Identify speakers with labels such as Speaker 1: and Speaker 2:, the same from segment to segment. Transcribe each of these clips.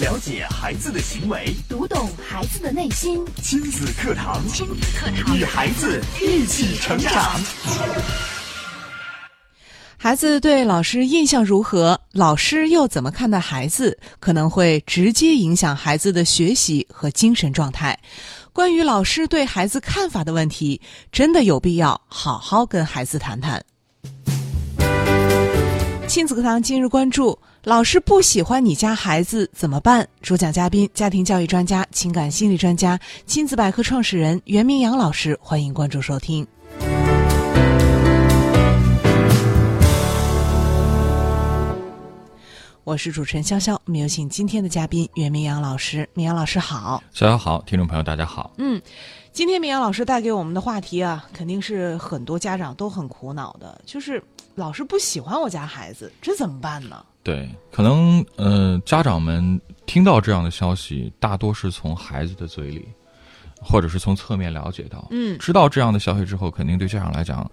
Speaker 1: 了解孩子的行为，
Speaker 2: 读懂孩子的内心，
Speaker 1: 亲子课堂，
Speaker 2: 亲子课堂
Speaker 1: 与孩子一起成长。
Speaker 3: 孩子对老师印象如何，老师又怎么看待孩子，可能会直接影响孩子的学习和精神状态。关于老师对孩子看法的问题，真的有必要好好跟孩子谈谈。亲子课堂今日关注：老师不喜欢你家孩子怎么办？主讲嘉宾：家庭教育专家、情感心理专家、亲子百科创始人袁明阳老师。欢迎关注收听。我是主持人潇潇，我们有请今天的嘉宾袁明阳老师。明阳老师好，
Speaker 4: 小小好，听众朋友大家好。
Speaker 3: 嗯，今天明阳老师带给我们的话题啊，肯定是很多家长都很苦恼的，就是老师不喜欢我家孩子，这怎么办呢？
Speaker 4: 对，可能呃，家长们听到这样的消息，大多是从孩子的嘴里，或者是从侧面了解到。
Speaker 3: 嗯
Speaker 4: 知道这样的消息之后，肯定对家长来讲，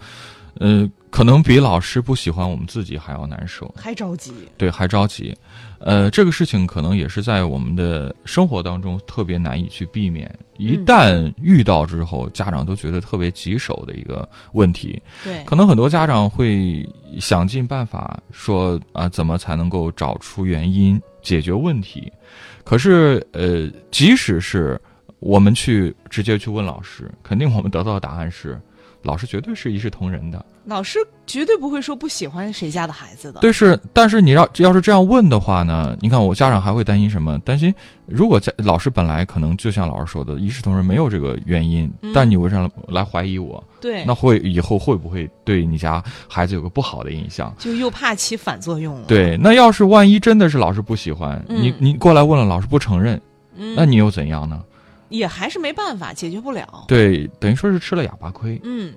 Speaker 4: 呃，可能比老师不喜欢我们自己还要难受，
Speaker 3: 还着急。
Speaker 4: 对，还着急。呃，这个事情可能也是在我们的生活当中特别难以去避免，一
Speaker 3: 嗯
Speaker 4: 旦遇到之后，家长都觉得特别棘手的一个问题。
Speaker 3: 对，
Speaker 4: 可能很多家长会想尽办法说啊，怎么才能够找出原因，解决问题？可是，呃，即使是我们去直接去问老师，肯定我们得到的答案是，老师绝对是一视同仁的。
Speaker 3: 老师绝对不会说不喜欢谁家的孩子的。
Speaker 4: 对，是，但是你要要是这样问的话呢，你看我家长还会担心什么？担心如果家老师本来可能就像老师说的，一视同仁没有这个原因，
Speaker 3: 嗯
Speaker 4: 但你为啥来怀疑我？
Speaker 3: 对
Speaker 4: 那会以后会不会对你家孩子有个不好的印象？
Speaker 3: 就又怕起反作用了。，
Speaker 4: 对，那要是万一真的是老师不喜欢、
Speaker 3: 嗯
Speaker 4: 你，你过来问了，老师不承认，
Speaker 3: 嗯、
Speaker 4: 那你又怎样呢？
Speaker 3: 也还是没办法，解决不了。，
Speaker 4: 对，等于说是吃了哑巴亏。
Speaker 3: 嗯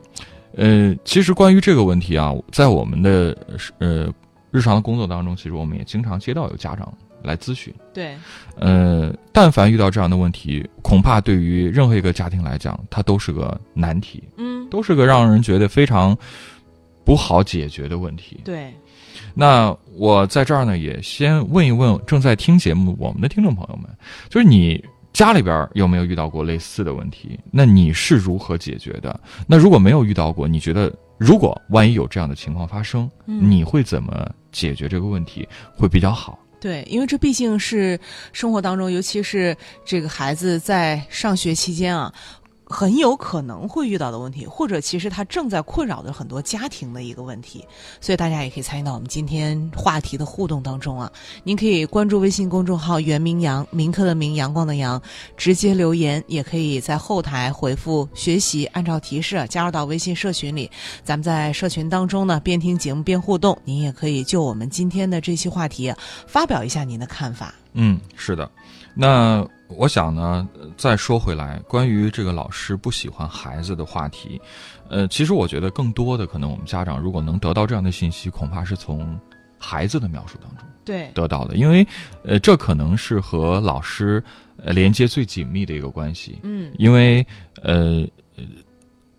Speaker 4: 呃，其实关于这个问题啊，在我们的呃日常的工作当中，其实我们也经常接到有家长来咨询。
Speaker 3: 对，
Speaker 4: 呃，但凡遇到这样的问题，恐怕对于任何一个家庭来讲，它都是个难题，
Speaker 3: 嗯
Speaker 4: 都是个让人觉得非常不好解决的问题。
Speaker 3: 对，
Speaker 4: 那我在这儿呢，也先问一问正在听节目我们的听众朋友们，就是你家里边有没有遇到过类似的问题？那你是如何解决的？那如果没有遇到过，你觉得如果万一有这样的情况发生，
Speaker 3: 嗯
Speaker 4: 你会怎么解决这个问题会比较好？
Speaker 3: 对，因为这毕竟是生活当中，尤其是这个孩子在上学期间啊，很有可能会遇到的问题，或者其实他正在困扰着很多家庭的一个问题。所以大家也可以参与到我们今天话题的互动当中啊。您可以关注微信公众号“袁明阳”，明科的明，阳光的阳，直接留言，也可以在后台回复“学习”，按照提示啊加入到微信社群里。咱们在社群当中呢，边听节目边互动，您也可以就我们今天的这期话题啊发表一下您的看法。
Speaker 4: 嗯，是的。那我想呢，呃再说回来，关于这个老师不喜欢孩子的话题，呃，其实我觉得更多的可能，我们家长如果能得到这样的信息，恐怕是从孩子的描述当中
Speaker 3: 对，
Speaker 4: 得到的，因为呃，这可能是和老师呃连接最紧密的一个关系，
Speaker 3: 嗯，
Speaker 4: 因为呃。呃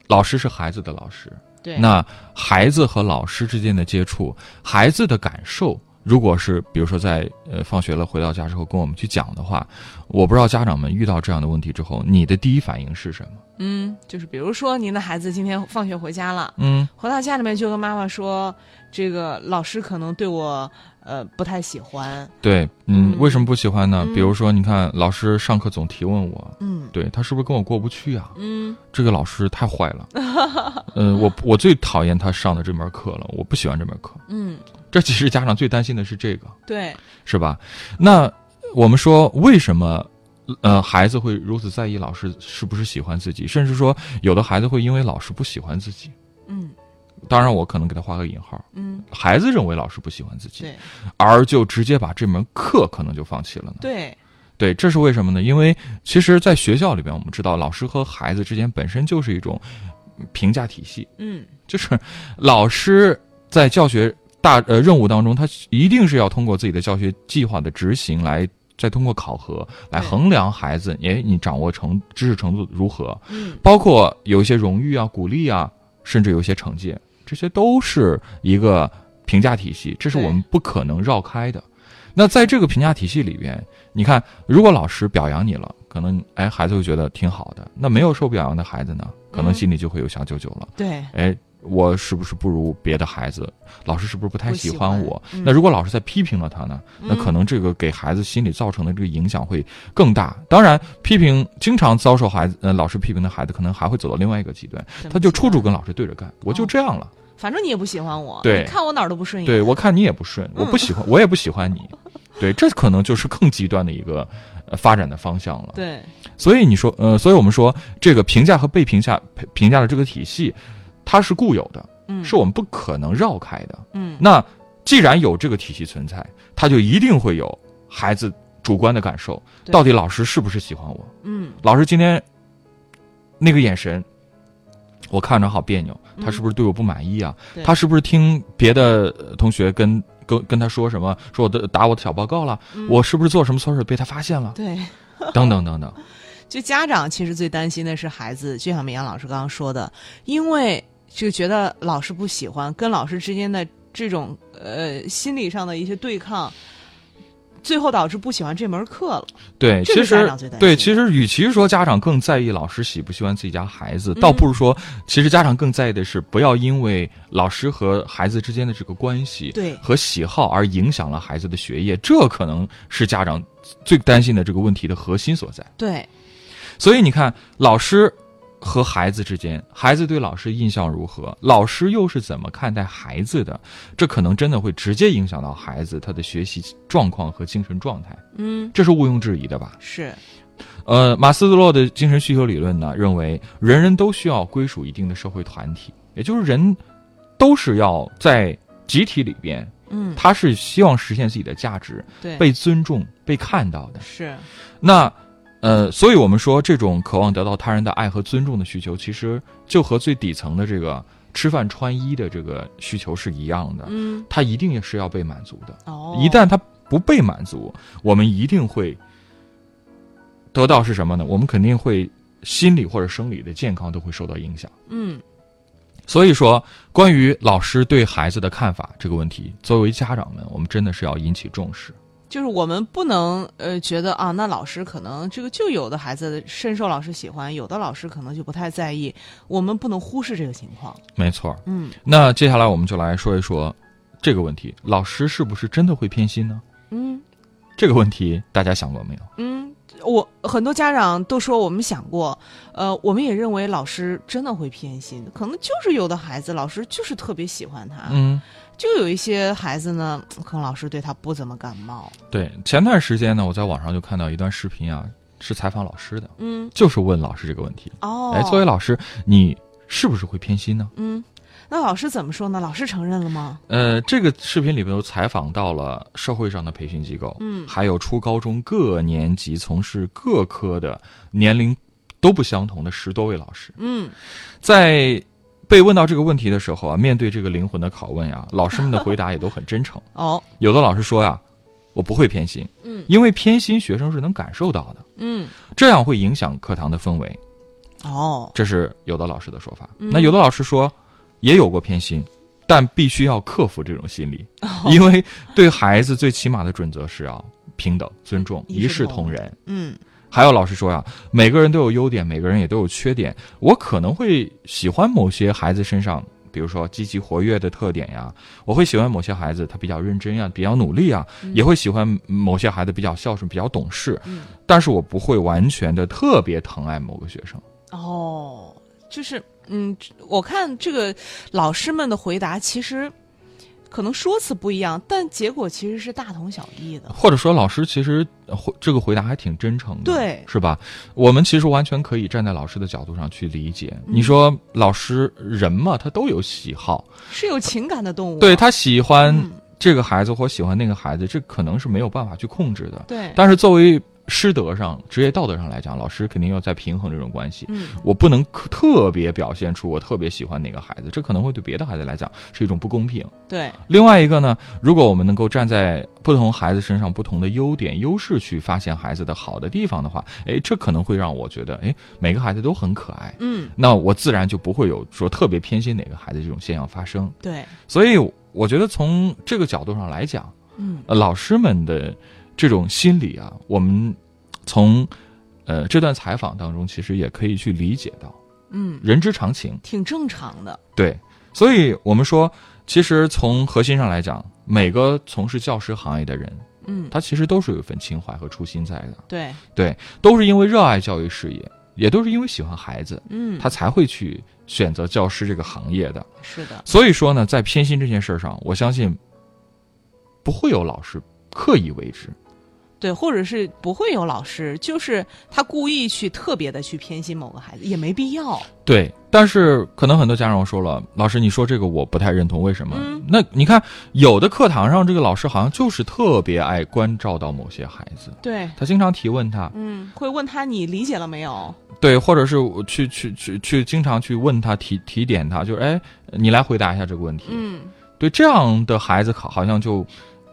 Speaker 4: 老师是孩子的老师，
Speaker 3: 对，
Speaker 4: 那孩子和老师之间的接触，孩子的感受，如果是比如说在呃放学了回到家之后跟我们去讲的话，我不知道家长们遇到这样的问题之后，你的第一反应是什么？
Speaker 3: 嗯，就是比如说您的孩子今天放学回家了，
Speaker 4: 嗯，
Speaker 3: 回到家里面就跟妈妈说，这个老师可能对我呃不太喜欢，
Speaker 4: 对，嗯
Speaker 3: 嗯，
Speaker 4: 为什么不喜欢呢？
Speaker 3: 嗯
Speaker 4: 比如说，你看老师上课总提问我，
Speaker 3: 嗯
Speaker 4: 对他是不是跟我过不去啊？
Speaker 3: 嗯
Speaker 4: 这个老师太坏 了，呃，我我最讨厌他上的这门课了，我不喜欢这门课。
Speaker 3: 嗯，
Speaker 4: 这其实家长最担心的是这个，
Speaker 3: 对，
Speaker 4: 是吧？那我们说，为什么呃孩子会如此在意老师是不是喜欢自己，甚至说有的孩子会因为老师不喜欢自己，
Speaker 3: 嗯
Speaker 4: 当然我可能给他画个引号，
Speaker 3: 嗯，
Speaker 4: 孩子认为老师不喜欢自己，
Speaker 3: 对
Speaker 4: 而就直接把这门课可能就放弃了呢？
Speaker 3: 对，
Speaker 4: 对，这是为什么呢？因为其实，在学校里边，我们知道老师和孩子之间本身就是一种评价体系，
Speaker 3: 嗯
Speaker 4: 就是老师在教学大呃任务当中，他一定是要通过自己的教学计划的执行来。再通过考核来
Speaker 3: 对
Speaker 4: 衡量孩子，哎，你掌握程知识程度如何？
Speaker 3: 嗯
Speaker 4: 包括有一些荣誉啊、鼓励啊，甚至有一些惩戒，这些都是一个评价体系，这是
Speaker 3: 对
Speaker 4: 我们不可能绕开的。那在这个评价体系里边，你看，如果老师表扬你了，可能哎孩子会觉得挺好的。那没有受表扬的孩子呢，可能
Speaker 3: 嗯
Speaker 4: 心里就会有小九九了。
Speaker 3: 对，
Speaker 4: 哎，我是不是不如别的孩子？老师是不是不太
Speaker 3: 不
Speaker 4: 喜
Speaker 3: 喜
Speaker 4: 欢
Speaker 3: 欢
Speaker 4: 我？
Speaker 3: 嗯
Speaker 4: 那如果老师在批评了他呢？那可能这个给孩子心理造成的这个影响会更大。当然，批评经常遭受孩子呃老师批评的孩子，可能还会走到另外一个极端，
Speaker 3: 怎么
Speaker 4: 他就
Speaker 3: 喜
Speaker 4: 处处
Speaker 3: 欢
Speaker 4: 跟老师对着干，我就
Speaker 3: 哦
Speaker 4: 这样了。
Speaker 3: 反正你也不喜欢我，
Speaker 4: 对
Speaker 3: 你看我哪儿都不顺眼。
Speaker 4: 对，我看你也不顺，我
Speaker 3: 嗯
Speaker 4: 不喜欢，我也不喜欢 你。对，这可能就是更极端的一个呃发展的方向了。
Speaker 3: 对
Speaker 4: 所以你说，呃，所以我们说这个评价和被评价评评价的这个体系，它是固有的，
Speaker 3: 嗯，
Speaker 4: 是我们不可能绕开的。
Speaker 3: 嗯，
Speaker 4: 那既然有这个体系存在，它就一定会有孩子主观的感受，
Speaker 3: 对
Speaker 4: 到底老师是不是喜欢我？
Speaker 3: 嗯，
Speaker 4: 老师今天那个眼神，我看着好别扭，他
Speaker 3: 嗯
Speaker 4: 是不是对我不满意啊？
Speaker 3: 对
Speaker 4: 他是不是听别的呃同学跟跟跟他说什么，说我的打我的小报告了，
Speaker 3: 嗯
Speaker 4: 我是不是做什么错事被他发 现了？
Speaker 3: 对，
Speaker 4: 等等等等，
Speaker 3: 就家长其实最担心的是孩子，就像美阳老师刚刚说的，因为就觉得老师不喜欢，跟老师之间的这种呃心理上的一些对抗，最后导致不喜欢这门课了。
Speaker 4: 对，
Speaker 3: 这
Speaker 4: 其
Speaker 3: 是家
Speaker 4: 实
Speaker 3: 长最担心的
Speaker 4: 对，其实与其说家长更在意老师喜不喜欢自己家孩子，倒
Speaker 3: 嗯
Speaker 4: 不如说，其实家长更在意的是不要因为老师和孩子之间的这个关系，
Speaker 3: 对
Speaker 4: 和喜好而影响了孩子的学业，这可能是家长最担心的这个问题的核心所在。
Speaker 3: 对，
Speaker 4: 所以你看，老师和孩子之间，孩子对老师印象如何，老师又是怎么看待孩子的，这可能真的会直接影响到孩子他的学习状况和精神状态，
Speaker 3: 嗯，
Speaker 4: 这是毋庸置疑的吧？
Speaker 3: 是，
Speaker 4: 呃，马斯洛的精神需求理论呢，认为人人都需要归属一定的社会团体，也就是人都是要在集体里边，
Speaker 3: 嗯，
Speaker 4: 他是希望实现自己的价值，
Speaker 3: 对，
Speaker 4: 被尊重、被看到的。
Speaker 3: 是，
Speaker 4: 那，呃，所以我们说，这种渴望得到他人的爱和尊重的需求，其实就和最底层的这个吃饭穿衣的这个需求是一样的，
Speaker 3: 嗯，
Speaker 4: 它一定也是要被满足的。
Speaker 3: 哦，
Speaker 4: 一旦它不被满足，我们一定会得到是什么呢？我们肯定会心理或者生理的健康都会受到影响。
Speaker 3: 嗯，
Speaker 4: 所以说，关于老师对孩子的看法这个问题，作为家长们，我们真的是要引起重视。
Speaker 3: 就是我们不能呃觉得啊，那老师可能这个就有的孩子深受老师喜欢，有的老师可能就不太在意，我们不能忽视这个情况。
Speaker 4: 没错儿，
Speaker 3: 嗯
Speaker 4: 那接下来我们就来说一说这个问题：老师是不是真的会偏心呢？
Speaker 3: 嗯
Speaker 4: 这个问题大家想过没有？
Speaker 3: 嗯，我很多家长都说我们想过，呃，我们也认为老师真的会偏心，可能就是有的孩子老师就是特别喜欢他，
Speaker 4: 嗯，
Speaker 3: 就有一些孩子呢，可能老师对他不怎么感冒。
Speaker 4: 对，前段时间呢，我在网上就看到一段视频啊，是采访老师的，
Speaker 3: 嗯
Speaker 4: 就是问老师这个问题。
Speaker 3: 哦，
Speaker 4: 哎，作为老师，你是不是会偏心呢？
Speaker 3: 嗯，那老师怎么说呢？老师承认了吗？
Speaker 4: 呃，这个视频里边有采访到了社会上的培训机构，
Speaker 3: 嗯
Speaker 4: 还有初高中各年级从事各科的年龄都不相同的十多位老师，
Speaker 3: 嗯，
Speaker 4: 在被问到这个问题的时候啊，面对这个灵魂的拷问啊，老师们的回答也都很真诚。
Speaker 3: 哦，
Speaker 4: 有的老师说呀、啊我不会偏心，
Speaker 3: 嗯
Speaker 4: 因为偏心学生是能感受到的，
Speaker 3: 嗯，
Speaker 4: 这样会影响课堂的氛围。
Speaker 3: 哦，
Speaker 4: 这是有的老师的说法。
Speaker 3: 嗯
Speaker 4: 那有的老师说，也有过偏心，但必须要克服这种心理，
Speaker 3: 哦
Speaker 4: 因为对孩子最起码的准则是要平等、尊重、一
Speaker 3: 一
Speaker 4: 视
Speaker 3: 视
Speaker 4: 同
Speaker 3: 同
Speaker 4: 仁。
Speaker 3: 嗯
Speaker 4: 还有老师说呀、每个人都有优点，每个人也都有缺点。我可能会喜欢某些孩子身上，比如说积极活跃的特点呀，我会喜欢某些孩子他比较认真呀，比较努力呀，也会喜欢某些孩子比较孝顺、比较懂事。
Speaker 3: 嗯，
Speaker 4: 但是我不会完全的特别疼爱某个学生。
Speaker 3: 哦，就是嗯，我看这个老师们的回答其实。可能说辞不一样，但结果其实是大同小异的。
Speaker 4: 或者说，老师其实呃回这个回答还挺真诚的，
Speaker 3: 对
Speaker 4: 是吧？我们其实完全可以站在老师的角度上去理解。
Speaker 3: 嗯
Speaker 4: 你说，老师人嘛，他都有喜好，
Speaker 3: 是有情感的动物啊。
Speaker 4: 对他喜欢
Speaker 3: 嗯
Speaker 4: 这个孩子或喜欢那个孩子，这可能是没有办法去控制的。
Speaker 3: 对，
Speaker 4: 但是作为师德上、职业道德上来讲，老师肯定要在平衡这种关系。
Speaker 3: 嗯
Speaker 4: 我不能可特别表现出我特别喜欢哪个孩子，这可能会对别的孩子来讲是一种不公平。
Speaker 3: 对，
Speaker 4: 另外一个呢，如果我们能够站在不同孩子身上不同的优点、优势去发现孩子的好的地方的话，哎，这可能会让我觉得，哎，每个孩子都很可爱，
Speaker 3: 嗯
Speaker 4: 那我自然就不会有说特别偏心哪个孩子这种现象发生。
Speaker 3: 对，
Speaker 4: 所以我觉得从这个角度上来讲，
Speaker 3: 嗯
Speaker 4: 呃老师们的这种心理啊，我们从呃这段采访当中其实也可以去理解到，
Speaker 3: 嗯，
Speaker 4: 人之常情。
Speaker 3: 挺正常的。
Speaker 4: 对，所以我们说，其实从核心上来讲，每个从事教师行业的人，
Speaker 3: 嗯，
Speaker 4: 他其实都是有一份情怀和初心在的，
Speaker 3: 对，
Speaker 4: 对，都是因为热爱教育事业，也都是因为喜欢孩子，
Speaker 3: 嗯，
Speaker 4: 他才会去选择教师这个行业的。
Speaker 3: 是的，
Speaker 4: 所以说呢，在偏心这件事儿上，我相信不会有老师刻意为之。
Speaker 3: 对，或者是不会有老师，就是他故意去特别的去偏心某个孩子，也没必要。
Speaker 4: 对，但是可能很多家长说了，老师你说这个我不太认同，为什么？
Speaker 3: 嗯
Speaker 4: 那你看，有的课堂上这个老师好像就是特别爱关照到某些孩子，
Speaker 3: 对，
Speaker 4: 他经常提问他，
Speaker 3: 嗯，会问他你理解了没有？
Speaker 4: 对，或者是我去去去去经常去问他提提点他，就是哎，你来回答一下这个问题。
Speaker 3: 嗯，
Speaker 4: 对这样的孩子，好好像就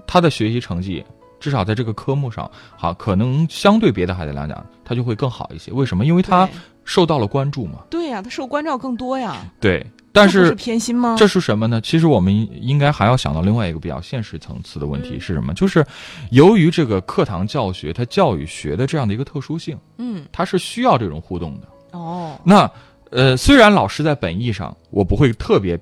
Speaker 4: 他的学习成绩，至少在这个科目上，好可能相对别的孩子来讲，他就会更好一些。为什么？因为他
Speaker 3: 对
Speaker 4: 受到了关注嘛。
Speaker 3: 对呀、他受关照更多呀。
Speaker 4: 对，但
Speaker 3: 这不是
Speaker 4: 是
Speaker 3: 偏心吗？
Speaker 4: 这是什么呢？其实我们应该还要想到另外一个比较现实层次的问
Speaker 3: 嗯
Speaker 4: 题是什么？就是由于这个课堂教学，它教育学的这样的一个特殊性，
Speaker 3: 嗯，
Speaker 4: 它是需要这种互动的。
Speaker 3: 哦，
Speaker 4: 那呃，虽然老师在本意上我不会特别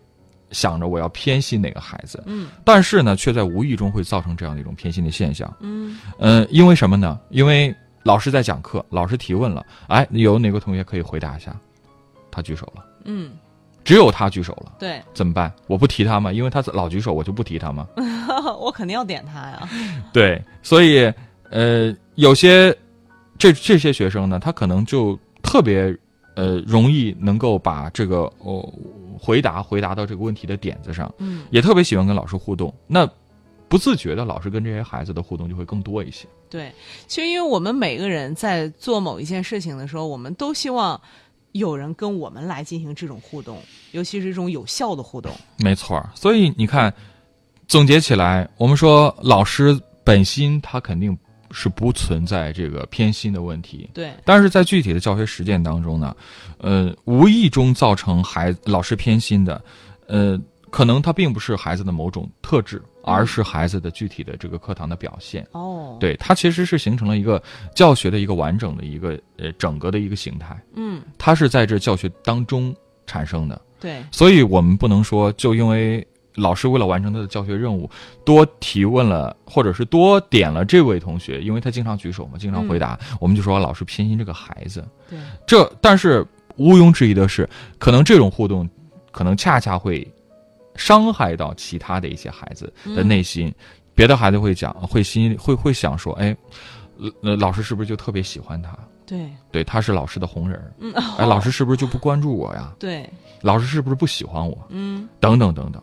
Speaker 4: 想着我要偏心哪个孩子，
Speaker 3: 嗯
Speaker 4: 但是呢，却在无意中会造成这样的一种偏心的现象。
Speaker 3: 嗯
Speaker 4: 嗯、因为什么呢？因为老师在讲课，老师提问了，哎，有哪个同学可以回答一下？他举手了，
Speaker 3: 嗯，
Speaker 4: 只有他举手了，
Speaker 3: 对，
Speaker 4: 怎么办？我不提他吗？因为他老举手，我就不提他吗？
Speaker 3: 我肯定要点他呀。
Speaker 4: 对，所以呃，有些这这些学生呢，他可能就特别呃容易能够把这个哦回答回答到这个问题的点子上，
Speaker 3: 嗯，
Speaker 4: 也特别喜欢跟老师互动。那不自觉的，老师跟这些孩子的互动就会更多一些。
Speaker 3: 对，其实因为我们每个人在做某一件事情的时候，我们都希望有人跟我们来进行这种互动，尤其是这种有效的互动。
Speaker 4: 没错儿，所以你看，总结起来，我们说老师本心他肯定是不存在这个偏心的问题，
Speaker 3: 对，
Speaker 4: 但是在具体的教学实践当中呢，呃，无意中造成孩老师偏心的，呃，可能他并不是孩子的某种特质，而是孩子的具体的这个课堂的表现。
Speaker 3: 哦，，
Speaker 4: 对，它其实是形成了一个教学的一个完整的一个呃整个的一个形态，
Speaker 3: 嗯，
Speaker 4: 它是在这教学当中产生的。
Speaker 3: 对，
Speaker 4: 所以我们不能说就因为老师为了完成他的教学任务，多提问了，或者是多点了这位同学，因为他经常举手嘛，经常回答，我们就说老师偏心这个孩子。
Speaker 3: 对，
Speaker 4: 这但是毋庸置疑的是，可能这种互动，可能恰恰会伤害到其他的一些孩子
Speaker 3: 嗯
Speaker 4: 的内心。别的孩子会讲，会心会会想说，哎，呃，老师是不是就特别喜欢他？
Speaker 3: 对，
Speaker 4: 对，他是老师的红人儿。
Speaker 3: 嗯，
Speaker 4: 哎，老师是不是就不关注我呀？
Speaker 3: 对，
Speaker 4: 老师是不是不喜欢我？
Speaker 3: 嗯。
Speaker 4: 等等等等。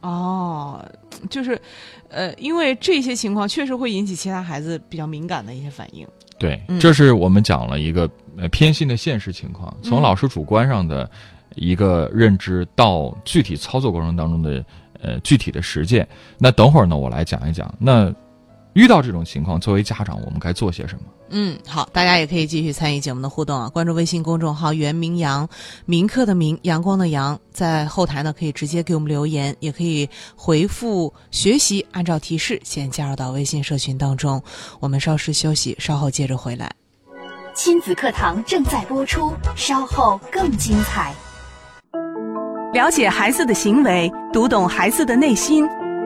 Speaker 3: 哦，就是，呃，因为这些情况确实会引起其他孩子比较敏感的一些反应。
Speaker 4: 对
Speaker 3: 嗯，
Speaker 4: 这是我们讲了一个呃偏心的现实情况，从
Speaker 3: 嗯
Speaker 4: 老师主观上的一个认知到具体操作过程当中的呃具体的实践。那等会儿呢，我来讲一讲，那遇到这种情况，作为家长我们该做些什么？
Speaker 3: 嗯，好，大家也可以继续参与节目的互动啊！关注微信公众号“袁明阳”，明课的明，阳光的阳，在后台呢可以直接给我们留言，也可以回复“学习”，按照提示先加入到微信社群当中。我们稍事休息，稍后接着回来。
Speaker 2: 亲子课堂正在播出，稍后更精彩。
Speaker 5: 了解孩子的行为，读懂孩子的内心。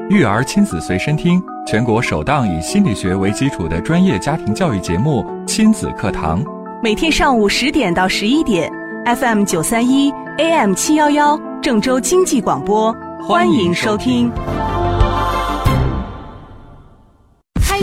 Speaker 6: 育儿亲子随身听，全国首档以心理学为基础的专业家庭教育节目《亲子课堂》。
Speaker 5: 每天上午十点到十一点，FM 九三一，AM 七幺幺，郑州经济广播，欢迎收听。
Speaker 7: 开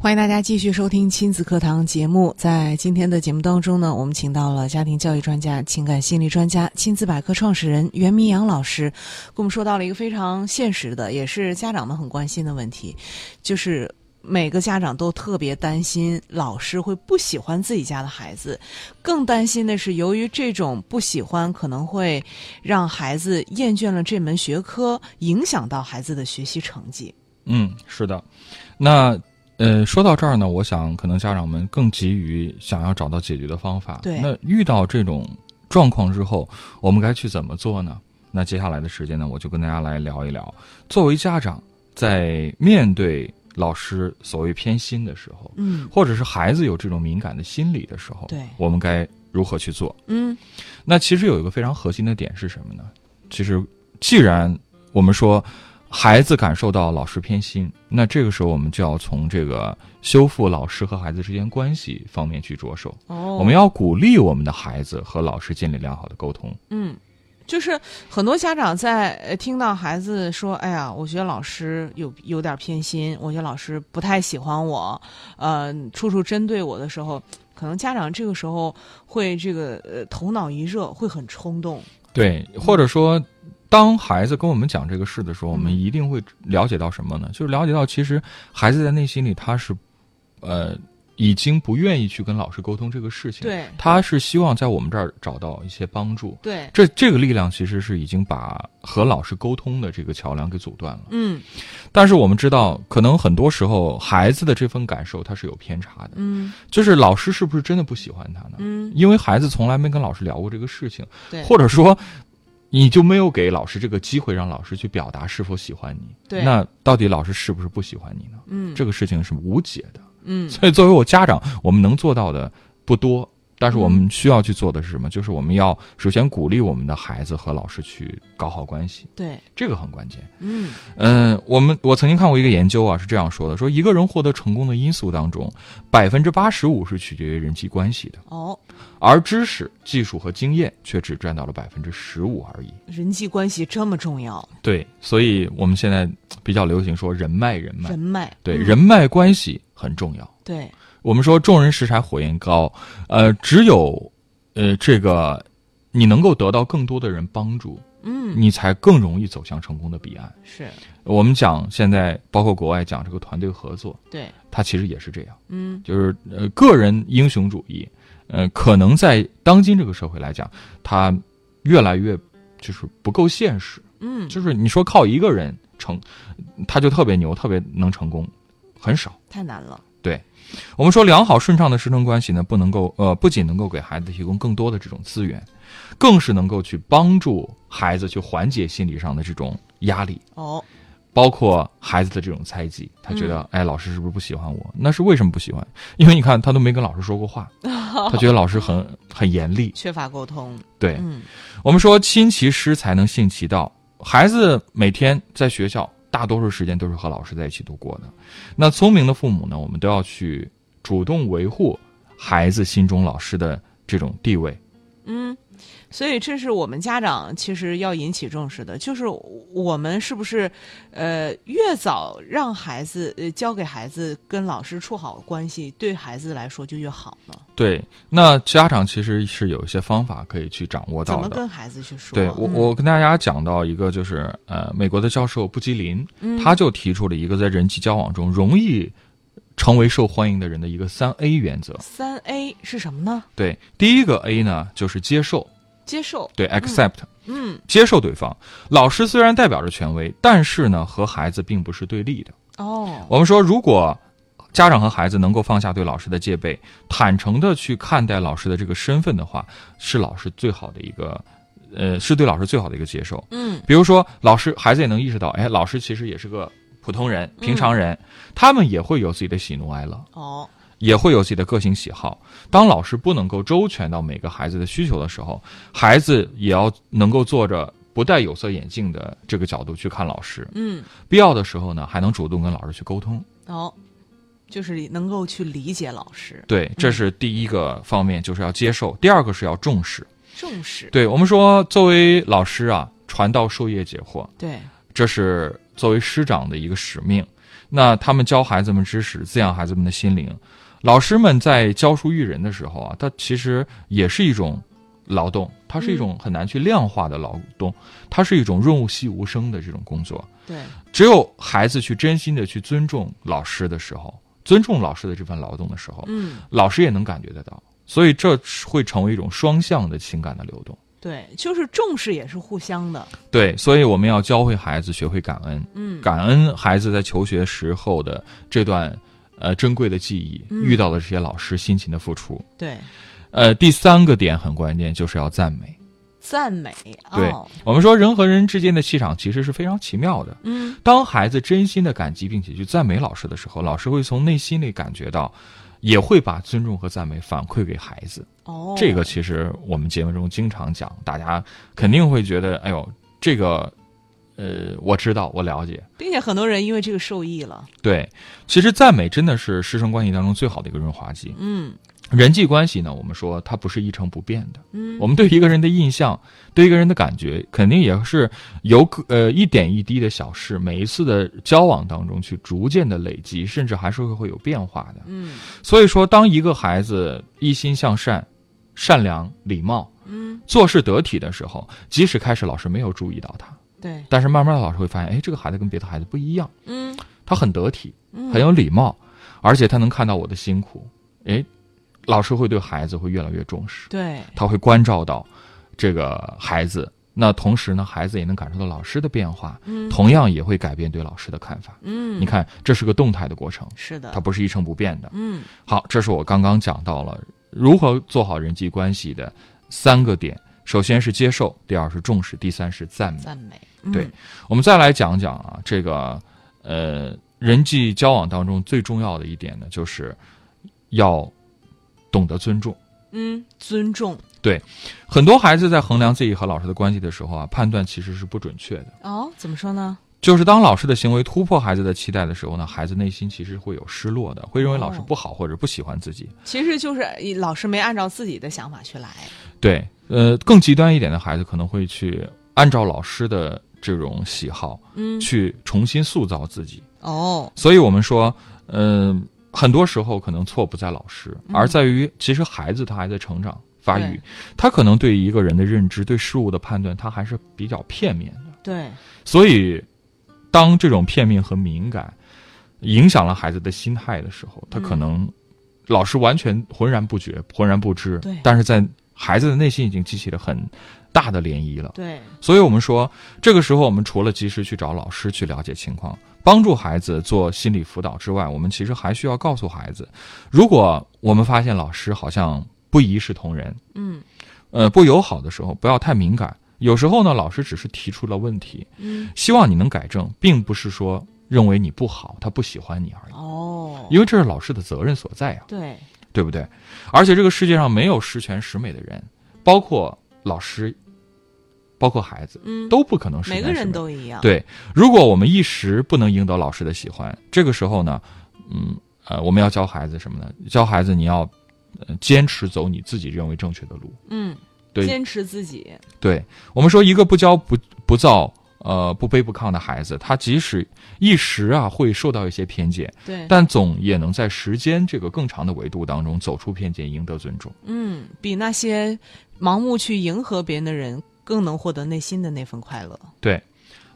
Speaker 3: 欢欢迎大家继续收听亲子课堂节目。在今天的节目当中呢，我们请到了家庭教育专家、情感心理专家、亲子百科创始人袁明阳老师，跟我们说到了一个非常现实的，也是家长们很关心的问题，就是。每个家长都特别担心老师会不喜欢自己家的孩子，更担心的是，由于这种不喜欢，可能会让孩子厌倦了这门学科，影响到孩子的学习成绩。
Speaker 4: 嗯，是的。那呃，说到这儿呢，我想可能家长们更急于想要找到解决的方法。
Speaker 3: 对
Speaker 4: 那遇到这种状况之后，我们该去怎么做呢？那接下来的时间呢，我就跟大家来聊一聊，作为家长在面对老师所谓偏心的时候，
Speaker 3: 嗯
Speaker 4: 或者是孩子有这种敏感的心理的时候，
Speaker 3: 对
Speaker 4: 我们该如何去做？
Speaker 3: 嗯
Speaker 4: 那其实有一个非常核心的点是什么呢？其实，既然我们说孩子感受到老师偏心，那这个时候我们就要从这个修复老师和孩子之间关系方面去着手。
Speaker 3: 哦，
Speaker 4: 我们要鼓励我们的孩子和老师建立良好的沟通。
Speaker 3: 嗯，就是很多家长在呃听到孩子说：“哎呀，我觉得老师有有点偏心，我觉得老师不太喜欢我，呃，处处针对我的时候。”可能家长这个时候会这个呃头脑一热，会很冲动。
Speaker 4: 对，或者说，当孩子跟我们讲这个事的时候，我们
Speaker 3: 嗯嗯
Speaker 4: 一定会了解到什么呢？就是了解到，其实孩子在内心里他是，呃，已经不愿意去跟老师沟通这个事情。，
Speaker 3: 对
Speaker 4: 他是希望在我们这儿找到一些帮助。
Speaker 3: 对，
Speaker 4: 这这个力量其实是已经把和老师沟通的这个桥梁给阻断了。
Speaker 3: 嗯
Speaker 4: 但是我们知道，可能很多时候孩子的这份感受它是有偏差的，
Speaker 3: 嗯
Speaker 4: 就是老师是不是真的不喜欢他呢？
Speaker 3: 嗯，
Speaker 4: 因为孩子从来没跟老师聊过这个事情，
Speaker 3: 对，
Speaker 4: 或者说，你就没有给老师这个机会让老师去表达是否喜欢你。
Speaker 3: 对
Speaker 4: 那到底老师是不是不喜欢你呢？
Speaker 3: 嗯
Speaker 4: 这个事情是无解的。
Speaker 3: 嗯
Speaker 4: 所以，作为我家长，我们能做到的不多，但是我
Speaker 3: 嗯
Speaker 4: 们需要去做的是什么？就是我们要首先鼓励我们的孩子和老师去搞好关系，
Speaker 3: 对，
Speaker 4: 这个很关键。
Speaker 3: 嗯
Speaker 4: 嗯、我们我曾经看过一个研究啊，是这样说的：说一个人获得成功的因素当中，百分之八十五是取决于人际关系的，
Speaker 3: 哦，
Speaker 4: 而知识、技术和经验却只占到了百分之十五而已。
Speaker 3: 人际关系这么重要，
Speaker 4: 对，所以我们现在比较流行说人脉，人脉，
Speaker 3: 人脉
Speaker 4: 对，
Speaker 3: 嗯
Speaker 4: 人脉关系很重要。
Speaker 3: 对
Speaker 4: 我们说众人拾柴火焰高，呃，只有呃这个你能够得到更多的人帮助，
Speaker 3: 嗯
Speaker 4: 你才更容易走向成功的彼岸。
Speaker 3: 是
Speaker 4: 我们讲现在包括国外讲这个团队合作，
Speaker 3: 对
Speaker 4: 它其实也是这样，
Speaker 3: 嗯
Speaker 4: 就是呃个人英雄主义，呃，可能在当今这个社会来讲，它越来越就是不够现实。
Speaker 3: 嗯，
Speaker 4: 就是你说靠一个人成，他就特别牛，特别能成功，很少。
Speaker 3: 太难了，
Speaker 4: 我们说，良好顺畅的师生关系呢，不能够呃，不仅能够给孩子提供更多的这种资源，更是能够去帮助孩子去缓解心理上的这种压力，
Speaker 3: 哦
Speaker 4: 包括孩子的这种猜忌。他觉得，哎，老师是不是不喜欢我？那是为什么不喜欢？因为你看，他都没跟老师说过话，他觉得老师很很严厉。
Speaker 3: 缺乏沟通，
Speaker 4: 对，
Speaker 3: 嗯
Speaker 4: 我们说亲其师才能信其道。孩子每天在学校，大多数时间都是和老师在一起度过的。那聪明的父母呢，我们都要去主动维护孩子心中老师的这种地位。
Speaker 3: 嗯，所以这是我们家长其实要引起重视的，就是我们是不是，呃，越早让孩子呃教给孩子跟老师处好关系，对孩子来说就越好呢？
Speaker 4: 对，那家长其实是有一些方法可以去掌握
Speaker 3: 怎
Speaker 4: 到
Speaker 3: 么
Speaker 4: 的。
Speaker 3: 跟孩子去说？嗯
Speaker 4: 对我，我跟大家讲到一个，就是呃，美国的教授布基林，
Speaker 3: 嗯
Speaker 4: 他就提出了一个在人际交往中容易成为受欢迎的人的一个三 A 原则。
Speaker 3: 三 A 是什么呢？
Speaker 4: 对，第一个 A 呢，就是接受，
Speaker 3: 接受，
Speaker 4: 对，accept，、
Speaker 3: 嗯，
Speaker 4: 接受对方。老师虽然代表着权威，但是呢，和孩子并不是对立的。
Speaker 3: 哦，
Speaker 4: 我们说，如果家长和孩子能够放下对老师的戒备，坦诚的去看待老师的这个身份的话，是老师最好的一个，呃，是对老师最好的一个接受。
Speaker 3: 嗯
Speaker 4: 比如说，老师孩子也能意识到，哎，老师其实也是个普通人、平常人，他们也会有自己的喜怒哀乐。
Speaker 3: 哦，
Speaker 4: 也会有自己的个性喜好。当老师不能够周全到每个孩子的需求的时候，孩子也要能够做着不戴有色眼镜的这个角度去看老师。
Speaker 3: 嗯
Speaker 4: 必要的时候呢，还能主动跟老师去沟通。
Speaker 3: 哦，就是能够去理解老师，
Speaker 4: 对，这是第一个方面，就是要接受；第二个是要重视。
Speaker 3: 重视，
Speaker 4: 对我们说，作为老师啊，传道授业解惑，
Speaker 3: 对
Speaker 4: 这是作为师长的一个使命。那他们教孩子们知识，滋养孩子们的心灵。老师们在教书育人的时候啊，它其实也是一种劳动，它是一种很难去量化的劳动，它是一种润物细无声的这种工作。
Speaker 3: 对，
Speaker 4: 只有孩子去真心的去尊重老师的时候，尊重老师的这份劳动的时候，
Speaker 3: 嗯，
Speaker 4: 老师也能感觉得到。所以这会成为一种双向的情感的流动。
Speaker 3: 对，就是重视也是互相的，
Speaker 4: 对，所以我们要教会孩子学会感恩，
Speaker 3: 嗯，
Speaker 4: 感恩孩子在求学时候的这段呃珍贵的记忆，
Speaker 3: 嗯
Speaker 4: 遇到的这些老师辛勤的付出。
Speaker 3: 对，
Speaker 4: 呃，第三个点很关键，就是要赞美。
Speaker 3: 赞美，
Speaker 4: 对、
Speaker 3: 哦，
Speaker 4: 我们说，人和人之间的气场其实是非常奇妙的。
Speaker 3: 嗯，
Speaker 4: 当孩子真心的感激并且去赞美老师的时候，老师会从内心里感觉到，也会把尊重和赞美反馈给孩子。
Speaker 3: 哦，
Speaker 4: 这个其实我们节目中经常讲，大家肯定会觉得，哎呦，这个，呃，我知道，我了解。
Speaker 3: 并且很多人因为这个受益了，
Speaker 4: 对，其实赞美真的是师生关系当中最好的一个润滑剂。
Speaker 3: 嗯
Speaker 4: 人际关系呢，我们说它不是一成不变的。
Speaker 3: 嗯，
Speaker 4: 我们对一个人的印象，对一个人的感觉，肯定也是由个呃一点一滴的小事，每一次的交往当中去逐渐的累积，甚至还是会会有变化的。
Speaker 3: 嗯
Speaker 4: 所以说，当一个孩子一心向善、善良、礼貌、
Speaker 3: 嗯，
Speaker 4: 做事得体的时候，即使开始老师没有注意到他，
Speaker 3: 对，
Speaker 4: 但是慢慢的老师会发现，哎，这个孩子跟别的孩子不一样，
Speaker 3: 嗯
Speaker 4: 他很得体，
Speaker 3: 嗯，
Speaker 4: 很有礼貌，而且他能看到我的辛苦，哎，老师会对孩子会越来越重视，
Speaker 3: 对，
Speaker 4: 他会关照到这个孩子。那同时呢，孩子也能感受到老师的变化，
Speaker 3: 嗯
Speaker 4: 同样也会改变对老师的看法。
Speaker 3: 嗯，
Speaker 4: 你看，这是个动态的过程，
Speaker 3: 是的
Speaker 4: 它，不是一成不变的。
Speaker 3: 嗯
Speaker 4: 好，这是我刚刚讲到了如何做好人际关系的三个点。首先是接受，第二是重视，第三是赞美。
Speaker 3: 赞美，
Speaker 4: 对
Speaker 3: 嗯
Speaker 4: 我们再来讲讲啊，这个呃人际交往当中最重要的一点呢，就是要懂得尊重。
Speaker 3: 嗯，尊重
Speaker 4: 很多孩子在衡量自己和老师的关系的时候啊，判断其实是不准确的。
Speaker 3: 哦，怎么说呢？
Speaker 4: 就是当老师的行为突破孩子的期待的时候呢，孩子内心其实会有失落的，会认为老师
Speaker 3: 哦
Speaker 4: 不好或者不喜欢自己。
Speaker 3: 其实就是以老师没按照自己的想法去来，
Speaker 4: 对，呃，更极端一点的孩子可能会去按照老师的这种喜好
Speaker 3: 嗯，
Speaker 4: 去重新塑造自己。
Speaker 3: 哦，
Speaker 4: 所以我们说，嗯、很多时候可能错不在老师，
Speaker 3: 嗯
Speaker 4: 而在于其实孩子他还在成长发育
Speaker 3: 对，
Speaker 4: 他可能对一个人的认知、对事物的判断，他还是比较片面的。
Speaker 3: 对，
Speaker 4: 所以，当这种片面和敏感影响了孩子的心态的时候，
Speaker 3: 嗯
Speaker 4: 他可能老师完全浑然不觉、浑然不知
Speaker 3: 对，
Speaker 4: 但是在孩子的内心已经激起了很大的涟漪了。
Speaker 3: 对，
Speaker 4: 所以我们说，这个时候我们除了及时去找老师去了解情况，帮助孩子做心理辅导之外，我们其实还需要告诉孩子，如果我们发现老师好像不一视同仁，
Speaker 3: 嗯
Speaker 4: 呃，不友好的时候，不要太敏感。有时候呢，老师只是提出了问题，
Speaker 3: 嗯，
Speaker 4: 希望你能改正，并不是说认为你不好，他不喜欢你而已。
Speaker 3: 哦，
Speaker 4: 因为这是老师的责任所在啊，
Speaker 3: 对，
Speaker 4: 对不对？而且这个世界上没有十全十美的人，包括老师，包括孩子，
Speaker 3: 嗯，
Speaker 4: 都不可能十全
Speaker 3: 每
Speaker 4: 十
Speaker 3: 个
Speaker 4: 美。
Speaker 3: 人都一样，，
Speaker 4: 对。如果我们一时不能赢得老师的喜欢，这个时候呢，嗯呃，我们要教孩子什么呢？教孩子你要、呃、坚持走你自己认为正确的路。
Speaker 3: 嗯，
Speaker 4: 对
Speaker 3: 坚持自己，
Speaker 4: 对我们说，一个不骄不不躁，呃，不卑不亢的孩子，他即使一时啊会受到一些偏见，
Speaker 3: 对，
Speaker 4: 但总也能在时间这个更长的维度当中走出偏见，赢得尊重。
Speaker 3: 嗯，比那些盲目去迎合别人的人更能获得内心的那份快乐。
Speaker 4: 对，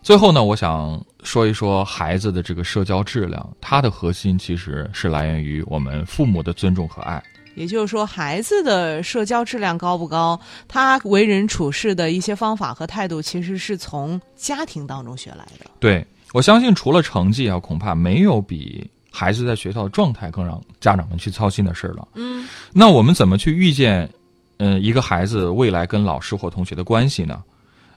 Speaker 4: 最后呢，我想说一说孩子的这个社交质量，它的核心其实是来源于我们父母的尊重和爱。
Speaker 3: 也就是说，孩子的社交质量高不高，他为人处事的一些方法和态度，其实是从家庭当中学来的。
Speaker 4: 对我相信，除了成绩啊，恐怕没有比孩子在学校的状态更让家长们去操心的事儿了。
Speaker 3: 嗯，
Speaker 4: 那我们怎么去预见，嗯、一个孩子未来跟老师或同学的关系呢？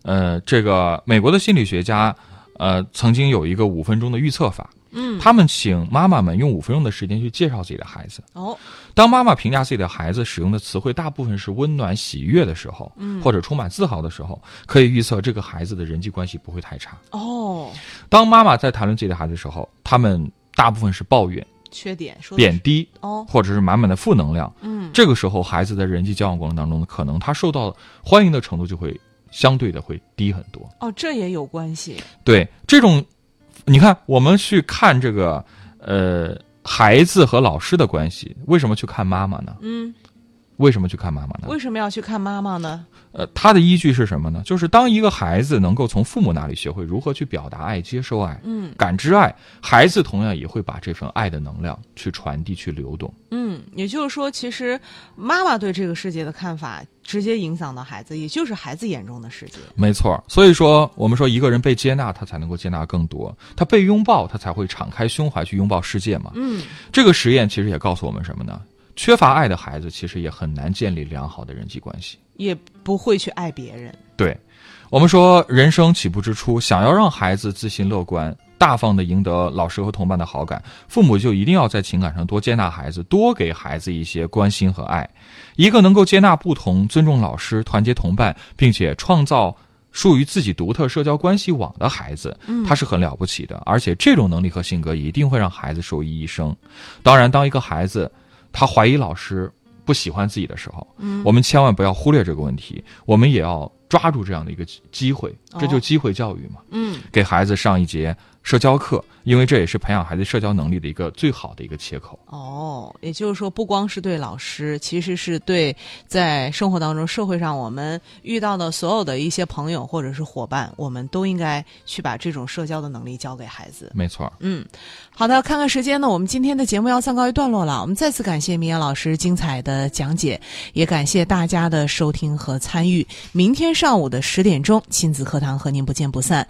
Speaker 4: 呃，这个美国的心理学家，呃，曾经有一个五分钟的预测法。
Speaker 3: 嗯，
Speaker 4: 他们请妈妈们用五分钟的时间去介绍自己的孩子。
Speaker 3: 哦，
Speaker 4: 当妈妈评价自己的孩子使用的词汇大部分是温暖、喜悦的时候，
Speaker 3: 嗯
Speaker 4: 或者充满自豪的时候，可以预测这个孩子的人际关系不会太差。
Speaker 3: 哦，
Speaker 4: 当妈妈在谈论自己的孩子的时候，他们大部分是抱怨、
Speaker 3: 缺点说的
Speaker 4: 贬
Speaker 3: 是
Speaker 4: 低，
Speaker 3: 哦，
Speaker 4: 或者是满满的负能量。
Speaker 3: 嗯，
Speaker 4: 这个时候，孩子在人际交往过程当中，可能他受到欢迎的程度就会相对的会低很多。
Speaker 3: 哦，这也有关系。
Speaker 4: 对这种你看，我们去看这个，呃，孩子和老师的关系，为什么去看妈妈呢？
Speaker 3: 嗯，
Speaker 4: 为什么去看妈妈呢
Speaker 3: 为？什么要去看妈妈呢？
Speaker 4: 呃，他的依据是什么呢？就是当一个孩子能够从父母那里学会如何去表达爱、接受爱、
Speaker 3: 嗯
Speaker 4: 感知爱，孩子同样也会把这份爱的能量去传递、去流动。
Speaker 3: 嗯，也就是说，其实妈妈对这个世界的看法直接影响到孩子，也就是孩子眼中的世界。
Speaker 4: 没错儿，所以说我们说一个人被接纳，他才能够接纳更多；他被拥抱，他才会敞开胸怀去拥抱世界嘛。
Speaker 3: 嗯，
Speaker 4: 这个实验其实也告诉我们什么呢？缺乏爱的孩子其实也很难建立良好的人际关系。
Speaker 3: 也不会去爱别人。
Speaker 4: 对，我们说人生起步之初，想要让孩子自信乐观。大方的赢得老师和同伴的好感，父母就一定要在情感上多接纳孩子，多给孩子一些关心和爱。一个能够接纳不同、尊重老师、团结同伴，并且创造属于自己独特社交关系网的孩子，
Speaker 3: 嗯
Speaker 4: 他是很了不起的。而且这种能力和性格一定会让孩子受益一生。当然，当一个孩子他怀疑老师不喜欢自己的时候，
Speaker 3: 嗯
Speaker 4: 我们千万不要忽略这个问题，我们也要抓住这样的一个机机会，这就
Speaker 3: 哦
Speaker 4: 是机会教育嘛。
Speaker 3: 嗯，
Speaker 4: 给孩子上一节社交课，因为这也是培养孩子社交能力的一个最好的一个切口。
Speaker 3: 哦，也就是说，不光是对老师，其实是对在生活当中、社会上我们遇到的所有的一些朋友或者是伙伴，我们都应该去把这种社交的能力教给孩子。
Speaker 4: 没错儿，
Speaker 3: 嗯，好的，看看时间呢，我们今天的节目要暂告一段落了。我们再次感谢明阳老师精彩的讲解，也感谢大家的收听和参与。明天上午的十点钟，亲子课堂和您不见不散。